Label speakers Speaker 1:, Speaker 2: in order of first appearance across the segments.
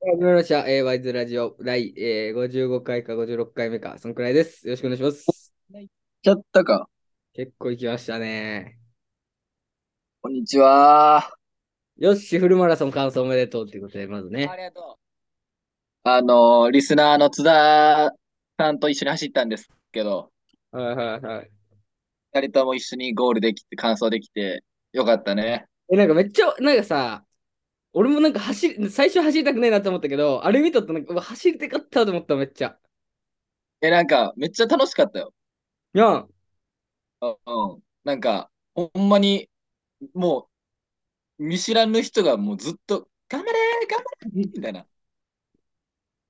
Speaker 1: 始まりました。えー、ワイズラジオ第、えー、55回か56回目か、そのくらいです。よろしくお願いします。
Speaker 2: ちゃったか。
Speaker 1: 結構行きましたね。
Speaker 2: こんにちは。
Speaker 1: よし、フルマラソン完走おめでとうということで、まずね。
Speaker 3: ありがと
Speaker 2: あのー、リスナーの津田さんと一緒に走ったんですけど、
Speaker 1: はいはいはい。
Speaker 2: 二人とも一緒にゴールできて、完走できて、よかったね。
Speaker 1: え、なんかめっちゃ、なんかさ、俺もなんか走り、最初走りたくないなと思ったけど、あれ見とったらなんか、うわ走りたかったと思った、めっちゃ。
Speaker 2: え、なんか、めっちゃ楽しかったよ。
Speaker 1: いやん、
Speaker 2: うん。なんか、ほんまに、もう、見知らぬ人がもうずっと、頑張れー頑張れーみたいな。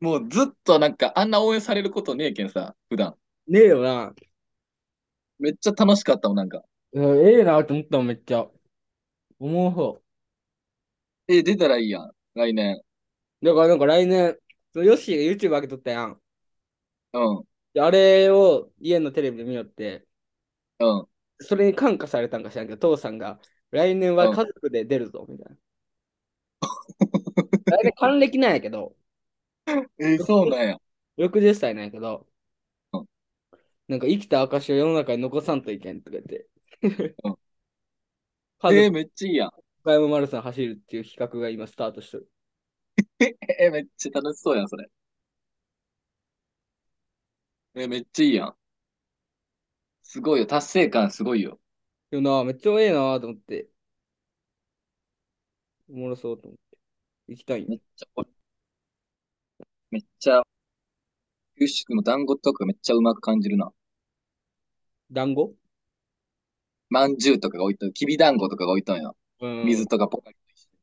Speaker 2: もうずっとなんか、あんな応援されることねえけんさ、普段。
Speaker 1: ねえよな。
Speaker 2: めっちゃ楽しかったもん、なんか。
Speaker 1: いやええなと思ったもん、めっちゃ。思う方。
Speaker 2: え、出たらいいやん、来年。
Speaker 1: だからなんか来年、そのヨッシーが YouTube 上げとったやん。
Speaker 2: うん、うん。
Speaker 1: であれを家のテレビで見よって、それに感化されたんか知らんけど、父さんが、来年は家族で出るぞ、みたいな。来年還暦なんやけど、
Speaker 2: え、そうなんや。
Speaker 1: 60歳なんやけど
Speaker 2: うん、
Speaker 1: なんか生きた証を世の中に残さんといけんとか言って。
Speaker 2: うん
Speaker 1: 家
Speaker 2: え、
Speaker 1: 族
Speaker 2: めっちゃいいやん。
Speaker 1: タイムマラソン走るっていう企画が今スタートしてる。
Speaker 2: え、めっちゃ楽しそうやん、それ。え、めっちゃいいやん。すごいよ、達成感すごいよ。
Speaker 1: でもな、めっちゃええなと思って、おもろそうと思って。行きたいん
Speaker 2: め
Speaker 1: よ
Speaker 2: っちゃ、めっちゃ、九州の団子とかめっちゃうまく感じるな。
Speaker 1: 団子
Speaker 2: まんじゅうとかが置いとる、きび団子とかが置いとんよ。
Speaker 1: うん。
Speaker 2: 水とかポカリと一緒に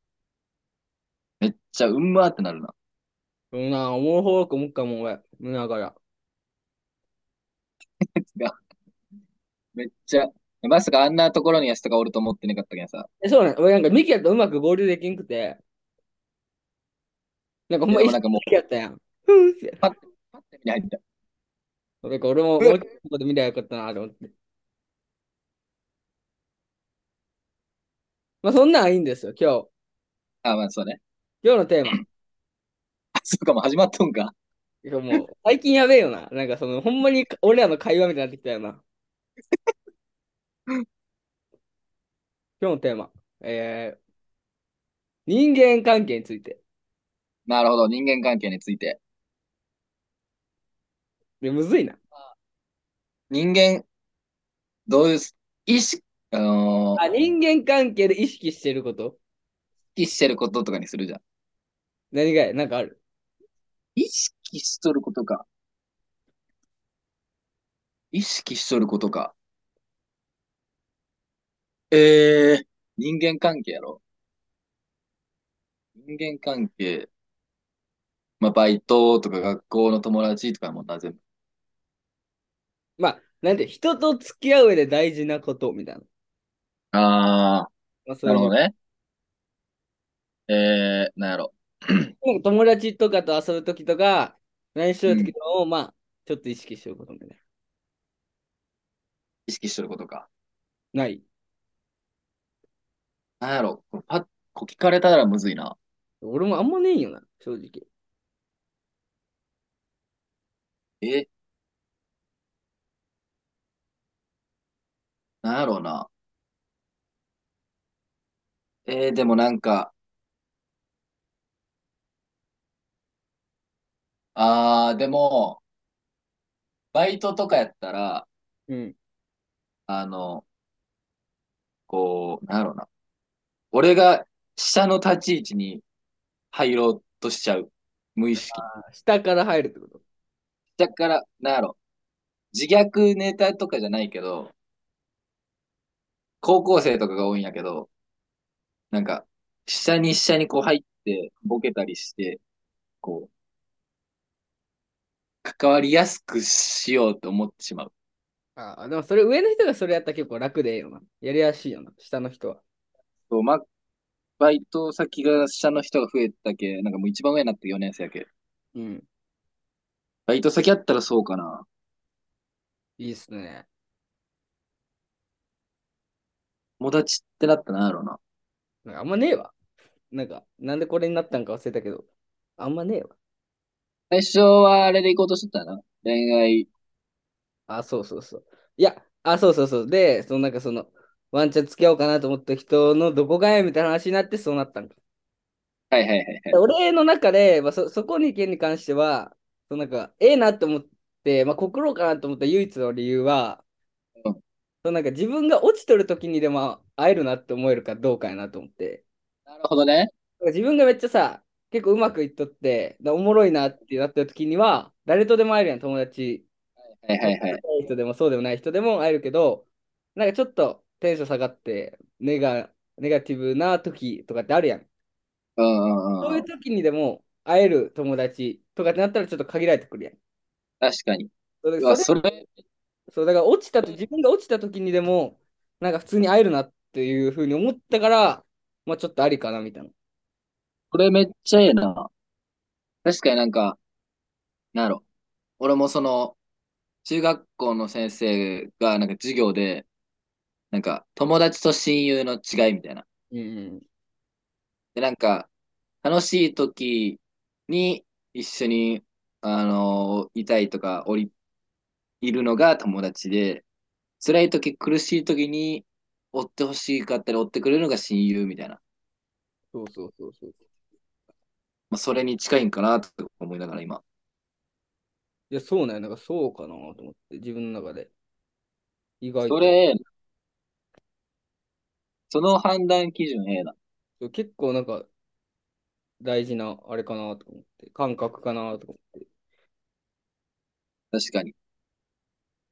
Speaker 2: めっちゃうまーってなるな。
Speaker 1: うんな、おもろほうく思うかも、俺。見ながら。
Speaker 2: めっちゃ、まさかあんなところにやつとかおると思ってなかったけどさ。
Speaker 1: え、そうなん。俺なんかミキやとうまく合流できんくて。なんかほんま
Speaker 2: でも
Speaker 1: 一
Speaker 2: なん
Speaker 1: 瞬
Speaker 2: かも
Speaker 1: やったやん。ふーって
Speaker 2: パッ、パッて目に入った。
Speaker 1: なんか俺も、
Speaker 2: うわ
Speaker 1: もう一回ここで見りゃよかったなと思って。まあそんなんはいいんですよ、今日。
Speaker 2: あ、まあそうね。
Speaker 1: 今日のテーマ。
Speaker 2: あ、そうかもう始まっとんか。
Speaker 1: いやもう、最近やべえよな。なんかその、ほんまに俺らの会話みたいになってきたよな。今日のテーマ。えー、人間関係について。
Speaker 2: なるほど、人間関係について。
Speaker 1: で、むずいな。
Speaker 2: 人間、どういう、意識、あのー
Speaker 1: あ、人間関係で意識してること
Speaker 2: 意識してることとかにするじゃん。
Speaker 1: 何がやなんかある
Speaker 2: 意識しとることか。意識しとることか。えー、人間関係やろ。人間関係。まあ、バイトとか学校の友達とかもな、全部。
Speaker 1: まあ、なんて、人と付き合う上で大事なことみたいな。
Speaker 2: あ
Speaker 1: まあ、そ
Speaker 2: ー、
Speaker 1: うい
Speaker 2: な
Speaker 1: う
Speaker 2: るほどね。えー、なんやろ。
Speaker 1: なんか友達とかと遊ぶときとか、何しようときとかを、まあ、ちょっと意識してることみたい
Speaker 2: 意識しとることか。
Speaker 1: な。ない。
Speaker 2: なんやろ。これパッ、こう聞かれたらむずいな。
Speaker 1: 俺もあんまねえんよな、正直。
Speaker 2: え、なんやろうな。えー、でもなんか、あー、でも、バイトとかやったら、
Speaker 1: うん。
Speaker 2: あの、こう、なんやろうな。俺が下の立ち位置に入ろうとしちゃう。無意識。
Speaker 1: 下から入るってこと。
Speaker 2: だから、なんやろ。自虐ネタとかじゃないけど、高校生とかが多いんやけど、なんか、下に下にこう入って、ボケたりして、こう、関わりやすくしようと思ってしまう。
Speaker 1: ああ、でもそれ上の人がそれやったら結構楽でええよな。やりやすいよな、下の人は。
Speaker 2: そう、ま、バイト先が下の人が増えたけ、なんかもう一番上になって4年生やけ。
Speaker 1: うん。
Speaker 2: バイト先やったらそうかな。
Speaker 1: いいっすね。
Speaker 2: 友達ってなったらなんやろうな。
Speaker 1: なんかあんまねえわ。なんか、なんでこれになったんか忘れたけど。あんまねえわ。
Speaker 2: 最初はあれで行こうとしてたな。恋愛。
Speaker 1: あ、そうそうそう。いや、あ、そうそうそう。で、そのなんかその、ワンチャン付き合おうかなと思った人のどこがやみたいな話になってそうなったんか。
Speaker 2: はいはいはい
Speaker 1: で俺の中で、まあ、そそこに意見に関しては、そのなんか、ええなと思って、まあ、告ろうかなと思った唯一の理由は、
Speaker 2: うん
Speaker 1: そのなんか自分が落ちとる時にでも会えるなって思えるかどうかやなと思って。
Speaker 2: はい。なるほどね。
Speaker 1: なんか自分がめっちゃさ、結構うまくいっとって、だおもろいなってなった時には、誰とでも会えるやん、友達。
Speaker 2: はいはいはい。
Speaker 1: いい人でもそうでもない人でも会えるけど、なんかちょっとテンション下がって、ネガ、ネガティブな時とかってあるやん。
Speaker 2: うんうん
Speaker 1: そう
Speaker 2: うん。
Speaker 1: いううん時にでも会える友達とかってなったらちょっと限られてくるやん。
Speaker 2: 確かに。
Speaker 1: それ
Speaker 2: うわ、
Speaker 1: それ
Speaker 2: それ、
Speaker 1: そうだから落ちたと、自分が落ちた時にでも、なんか普通に会えるなっていうふうに思ったから、まあちょっとありかなみたいな。
Speaker 2: これめっちゃええな。確かになんか、なんやろ。俺もその、中学校の先生がなんか授業で、なんか友達と親友の違いみたいな。
Speaker 1: うんうん。
Speaker 2: で、なんか、楽しい時に一緒に、あのいたいとか、おり、いるのが友達で、辛い時、苦しい時に、追ってほしかったり、追ってくれるのが親友みたいな。
Speaker 1: そうそうそうそう。
Speaker 2: まあ、それに近いんかな、と思いながら今。
Speaker 1: いや、そうね。なんかそうかなと思って、自分の中で。意外と
Speaker 2: それ、その判断基準ええな。
Speaker 1: そう結構なんか大事なあれかなとか思って、感覚かなとか思って。
Speaker 2: 確かに。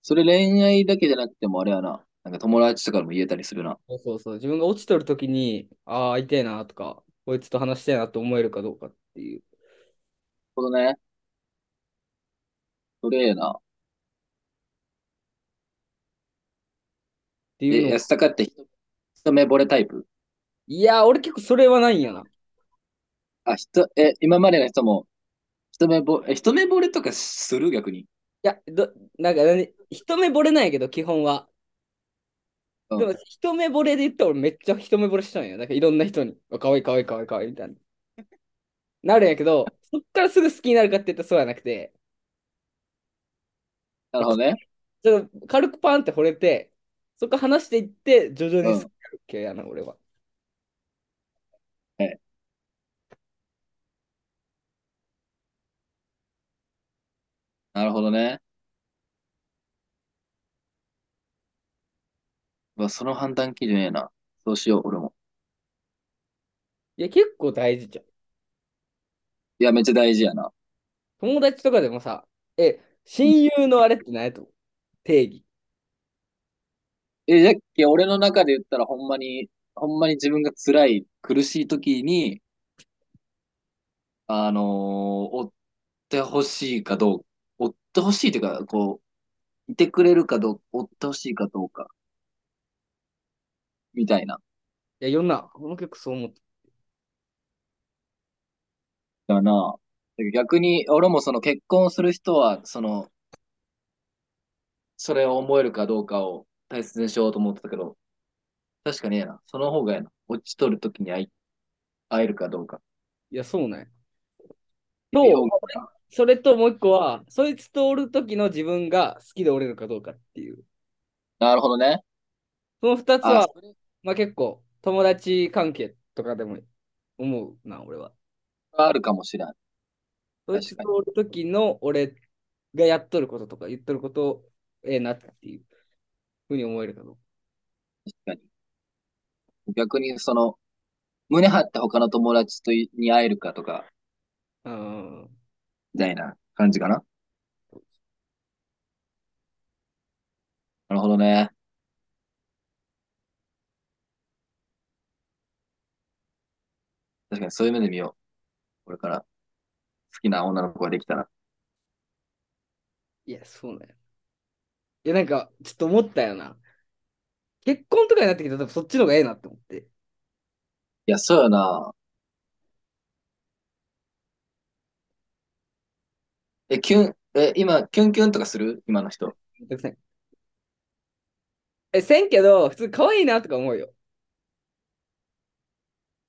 Speaker 2: それ恋愛だけじゃなくてもあれやな。なんか友達とかでも言えたりするな。
Speaker 1: そうそうそう、自分が落ちとる時に、ああ、会いてえなとか、こいつと話してえなと思えるかどうかっていう。
Speaker 2: ほどね。それええな。
Speaker 1: っていう
Speaker 2: え、
Speaker 1: のを
Speaker 2: 安高って一一目惚れタイプ
Speaker 1: いやー、俺結構それはないんやな。
Speaker 2: あ、人、え、今までの人も、一目ぼ、え、一目惚れとかする逆に。
Speaker 1: いや、どなんか何、一目惚れないけど、基本は。
Speaker 2: うん
Speaker 1: でも、一目惚れで言ったら俺めっちゃ一目惚れしたんや。なんかいろんな人に、あ可愛い可愛い可愛い可愛いみた いな。なるんやけど、そっからすぐ好きになるかって言ったらそうやなくて、
Speaker 2: なるほどね。
Speaker 1: ちょっと軽くパンって惚れて、そこ話していって、徐々に好きになる系やな、俺は。
Speaker 2: なるほどね。うわ、その判断基準ええな。そうしよう、俺も。
Speaker 1: いや、結構大事じゃん。
Speaker 2: いや、めっちゃ大事やな。
Speaker 1: 友達とかでもさ、え、親友のあれって何やと思う定義。
Speaker 2: え、じゃっけ、俺の中で言ったらほんまに、ほんまに自分が辛い、苦しい時に、あのー追ってほしいかどうか、追ってほしいというか、こう、いてくれるかどう追ってほしいかどうか、みたいな。
Speaker 1: いや、よんな、俺も結構そう思って。
Speaker 2: だな。逆に、俺もその結婚する人は、その、それを思えるかどうかを大切にしようと思ってたけど、確かにええな。その方がええな。落ちとる時に会い会えるかどうか。
Speaker 1: いや、そうね。
Speaker 2: そ
Speaker 1: と、それともう一個は、そいつとおる時の自分が好きでおれるかどうかっていう。
Speaker 2: なるほどね。
Speaker 1: その二つ
Speaker 2: あ、
Speaker 1: は、
Speaker 2: それ
Speaker 1: まあ結構、友達関係とかでも思うな、俺は。
Speaker 2: はあるかもしれん。
Speaker 1: そいつとおる時の俺がやっとることとか言っとることをええなっていうふうに思えるかどうか。
Speaker 2: 確かに。逆に、その、胸張って他の友達といに会えるかとか、
Speaker 1: うん。
Speaker 2: みたいな感じかな。なるほどね。確かにそういう目で見よう。これから、好きな女の子ができたら。
Speaker 1: いや、そうね。いや、なんか、ちょっと思ったよな。結婚とかになってきたら、多分そっちの方がええなって思って。
Speaker 2: いや、そうよな。え、キュン、え、今、キュンキュンとかする今の人。
Speaker 1: めんどくさいえ、せんけど、普通可愛いなとか思うよ。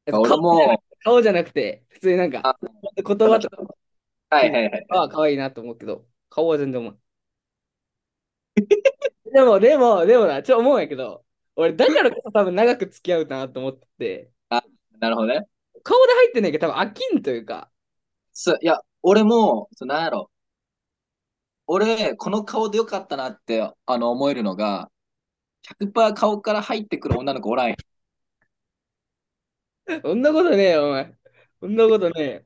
Speaker 2: あ俺も、
Speaker 1: 顔じゃなくて、普通になんか、言葉とか
Speaker 2: はいは いはい。
Speaker 1: は可愛いなと思うけど、顔は全然思わない。 でも、でも、でもな、ちょっと思うんやけど、俺、だからこそ多分長く付き合うなと思ってて、
Speaker 2: なるほどね。
Speaker 1: 顔で入ってないけど、多分飽きんというか、
Speaker 2: そういや、俺も、そうなんやろ。俺、この顔でよかったなって、あの、思えるのが、100%顔から入ってくる女の子おらんやん。
Speaker 1: そんなことねえよ、お前。そんなことねえよ。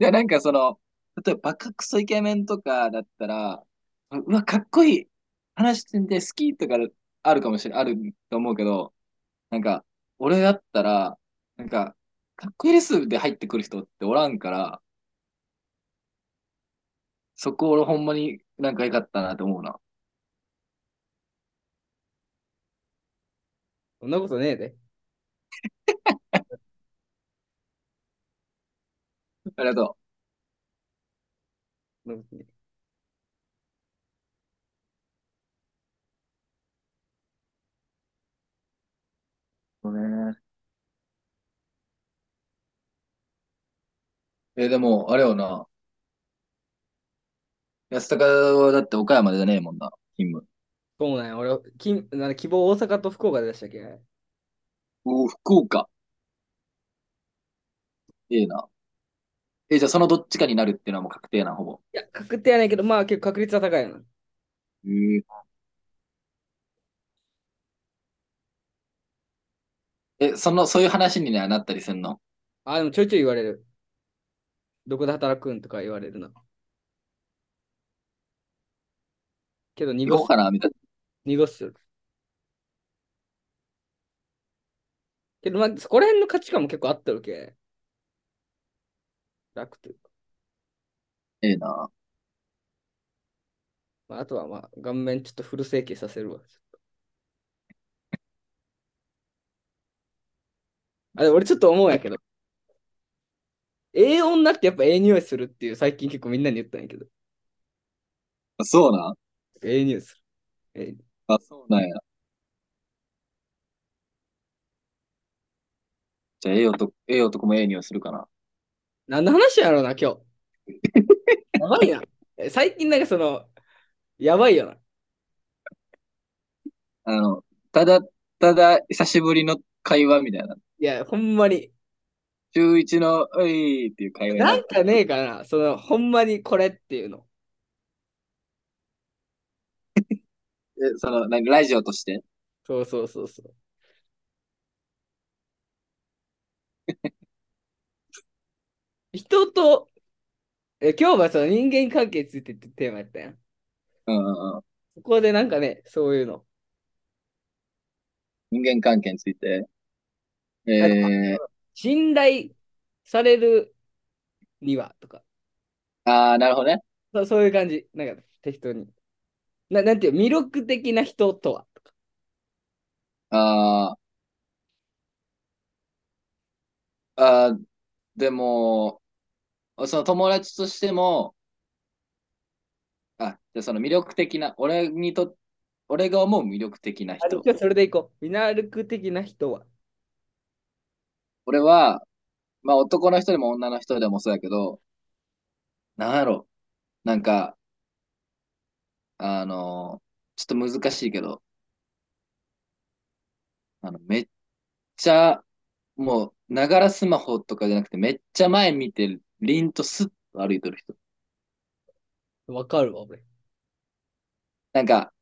Speaker 2: いや、なんかその、例えばバカクソイケメンとかだったら、うわ、かっこいい話してて好きとかあるかもしれない、あると思うけど、なんか、俺だったら、なんか、かっこいいですで入ってくる人っておらんから、そこ俺ほんまになんか良かったなって思うな。
Speaker 1: そんなことねえで。
Speaker 2: ありがと
Speaker 1: そんなことねえ
Speaker 2: う。そうね。え、でも、あれよな。安高はだって岡山じゃねえもんな、勤務。
Speaker 1: そうなんや、俺、きなんだ希望大阪と福岡で出したっけ
Speaker 2: おお、福岡。ええな。え、じゃあそのどっちかになるっていうのはもう確定な、ほぼ。
Speaker 1: いや、確定やないけど、まあ結構確率は高いな。
Speaker 2: ええ。え、その、そういう話にはなったりすんの
Speaker 1: あ、でもちょいちょい言われる。どこで働くんとか言われるな。けど
Speaker 2: 行
Speaker 1: 濁
Speaker 2: こう
Speaker 1: す、
Speaker 2: かな、みたいな。
Speaker 1: 濁す。けど、まあ、そこら辺の価値観も結構合ってるけ。楽というか。
Speaker 2: ええな。
Speaker 1: まあ、あとはまあ、顔面ちょっとフル整形させるわ。あ、でも俺ちょっと思うんやけど。ええ女ってやっぱええ匂いするっていう最近結構みんなに言ったんやけど。
Speaker 2: そうなん
Speaker 1: ええ匂いする。ええ
Speaker 2: あ、そうなんや。じゃあ、ええ男、ええ男もええ匂いするかな。
Speaker 1: 何の話やろうな、今日。やばいな。え最近なんかその、やばいよな。
Speaker 2: あの、ただ、ただ、久しぶりの会話みたいな。
Speaker 1: いや、ほんまに。
Speaker 2: 中一の、おいっていう会話にな
Speaker 1: な
Speaker 2: っ
Speaker 1: んかねえかな、その、ほんまにこれっていうの。
Speaker 2: え、その、何、ラジオとして。
Speaker 1: そうそうそうそう。 人と、え今日はその人間関係についてってテーマやったやん。
Speaker 2: うんうんうん。
Speaker 1: そこでなんかね、そういうの。
Speaker 2: 人間関係について。えー、
Speaker 1: 信頼されるにはとか、
Speaker 2: ああ、なるほどね。
Speaker 1: そうそういう感じ。なんか適当に。ななんていう、魅力的な人とはとか。
Speaker 2: あーあー、でも、その友達としても、あ、で、その魅力的な、俺にと、俺が思う魅力的な
Speaker 1: あじゃあ
Speaker 2: 人。
Speaker 1: 今日それでいこう。ミナルク的な人は。
Speaker 2: 俺は、まあ男の人でも女の人でもそうやけど、なんやろ。なんか、あの、ちょっと難しいけど、あの、めっちゃ、もう、ながらスマホとかじゃなくて、めっちゃ前見て、凛とスッと歩いてる人。
Speaker 1: わかるわ、俺。
Speaker 2: なんか、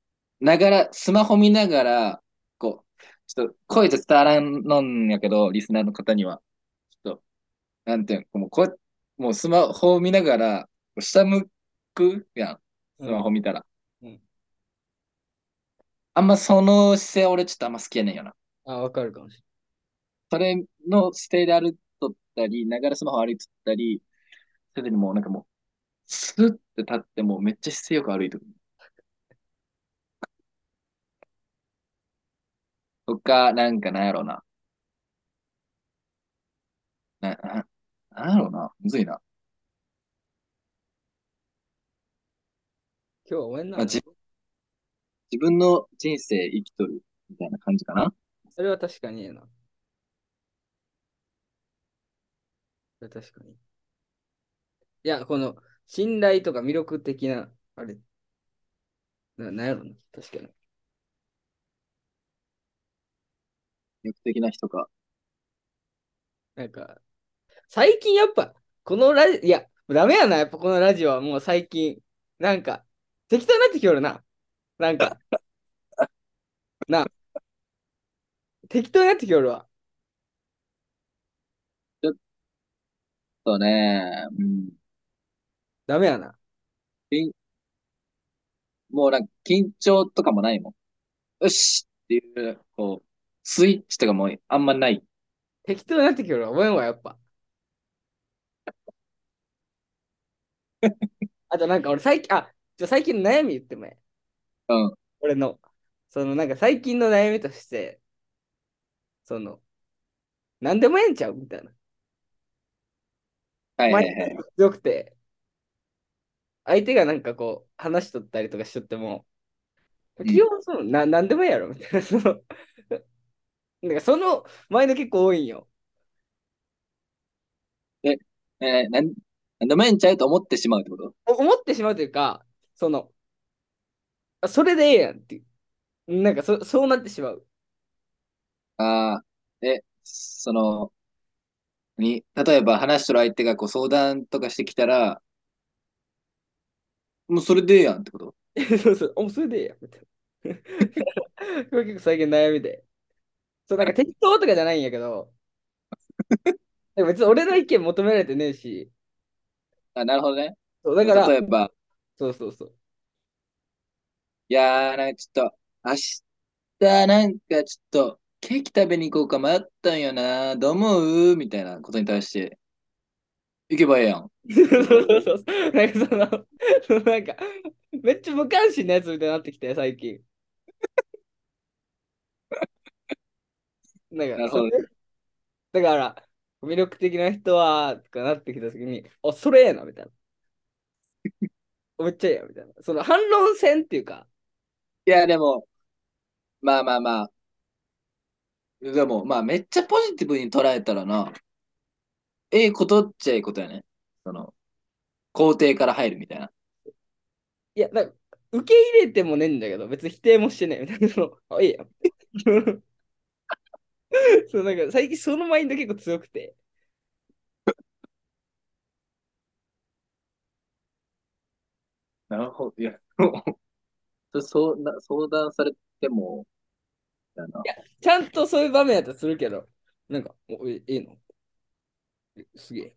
Speaker 2: ながら、スマホ見ながら、こう、ちょっと声じゃ伝わらんのんやけど、リスナーの方には。ちょっと、なんていうん、もうこう、もうスマホ見ながら、こう下向くやん。スマホ見たら。
Speaker 1: うんうん
Speaker 2: あんまその姿勢俺ちょっとあんま好きやねんよな。
Speaker 1: あ、わかるかもし
Speaker 2: それの姿勢で歩いとったり、ながらスマホ歩いとったり、それでもうなんかもう、スッて立ってもうめっちゃ姿勢よく歩いてくる。とか、なんかなんやろうな。な、な、なんやろうな。むずいな。
Speaker 1: れん。今日は応援な
Speaker 2: まあ
Speaker 1: の
Speaker 2: じ自分の人生生きとるみたいな感じかな。
Speaker 1: それは確かにええな。確かに。いや、この、信頼とか魅力的な、あれ、ななんやろな、確かに。
Speaker 2: 魅力的な人か。
Speaker 1: なんか、最近やっぱ、このラジ、いや、ダメやな、やっぱこのラジオはもう最近、なんか、適当になってきよるな。なん か、な、適当になってきよるわ。
Speaker 2: そうね。うん。
Speaker 1: ダメやな。
Speaker 2: もうなんか緊張とかもないもん。よしっていう、こう、スイッチとかもあんまない。
Speaker 1: 適当になってきよるわ。思えんわ、やっぱ。あとなんか俺最近、あ、じゃ最近の悩み言ってもええ。
Speaker 2: うん。
Speaker 1: 俺の、そのなんか最近の悩みとして、その、なんでもええんちゃうみたいな。
Speaker 2: はいはい
Speaker 1: マ
Speaker 2: はい。
Speaker 1: インドが強くて、相手がなんかこう、話しとったりとかしとっても、
Speaker 2: ん
Speaker 1: 基本その、な、なんでもええやろみたいな。その、なんかそのマインド結構多いんよ。
Speaker 2: えー、なん、なんでもええんちゃうと思ってしまうってこと
Speaker 1: お思ってしまうというか、その、あそれでええやんっていう。なんかそ、そうなってしまう。
Speaker 2: ああ、え、その、に、例えば話してる相手がこう相談とかしてきたら、もうそれでええやんってこと
Speaker 1: そうそう、お、それでええやんみたいな。 これ結構最近悩みで。そう、なんか適当とかじゃないんやけ ど、でも別に俺の意見求められてねえし、
Speaker 2: あ、なるほどね。
Speaker 1: そうだから、
Speaker 2: 例えば、
Speaker 1: そうそうそう。
Speaker 2: いやー、なんかちょっと、明日、なんかちょっと、ケーキ食べに行こうか迷ったんよなどう思うみたいなことに対して、行けばええやん。
Speaker 1: そうそうそうそう。なんかその、そのなんか、めっちゃ無関心なやつみたいになってきて、最近。なん
Speaker 2: な
Speaker 1: か、
Speaker 2: る
Speaker 1: そ
Speaker 2: ほど
Speaker 1: れだから、魅力的な人は、とかなってきたときに、あ、それええな、みたいな。 めっちゃええやん、みたいな。その反論戦っていうか、
Speaker 2: いや、でも、まあまあまあ、でも、まあめっちゃポジティブに捉えたらな、ええことっちゃええことやね。その、肯定から入るみたいな。
Speaker 1: いや、なんか受け入れてもねえんだけど、別に否定もしてねえ。みたいな、その、あ、いいやん。 そう、なんか最近そのマインド結構強くて。
Speaker 2: なるほど。いや、もう そうな、相談されても、だな。
Speaker 1: ちゃんとそういう場面やったらするけど、なんか、おえ、ええのえすげえ。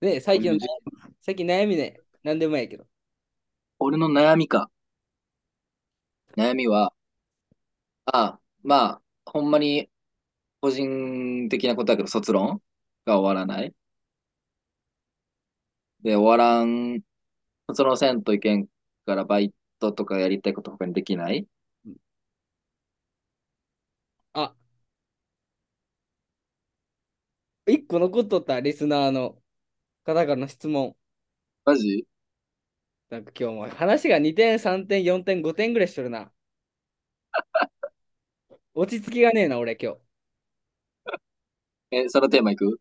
Speaker 1: ねえ最近の、最近悩みね、なんでもええけど。
Speaker 2: 俺の悩みか。悩みは、あ、まあ、ほんまに個人的なことだけど、卒論が終わらない。で、終わらん、卒論せんといけんから、バイトとかやりたいこと他にできない。
Speaker 1: あ、一個残っとったリスナーの方からの質問。
Speaker 2: マジ
Speaker 1: なんか今日も話が2点、3点、4点、5点ぐらいしとるな。落ち着きがねえな、俺今日。い
Speaker 2: え、そのテーマいく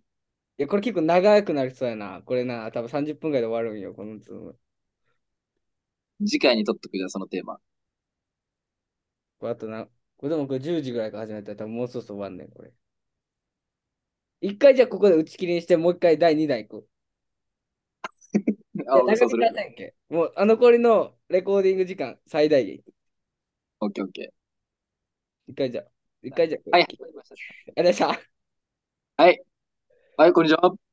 Speaker 1: や、これ結構長くなりそうやな。これな、多分30分ぐらいで終わるんよ、このズーム。
Speaker 2: 次回にとっとくじゃん、そのテーマ。
Speaker 1: これあとな、これでもこれ10時ぐらいから始めたら多分もうそろそろ終わんねん、これ。一回じゃあここで打ち切りにして、もう一回第2弾いく。
Speaker 2: あ、
Speaker 1: いや
Speaker 2: そうする
Speaker 1: 長引か。せんけもう、あ残りのレコーディング時間最大限いく。
Speaker 2: オッケーオッケ
Speaker 1: 一回じゃあ、一回じゃあ、
Speaker 2: ー。はい
Speaker 1: ありがとうございました。
Speaker 2: はい、こんにちは。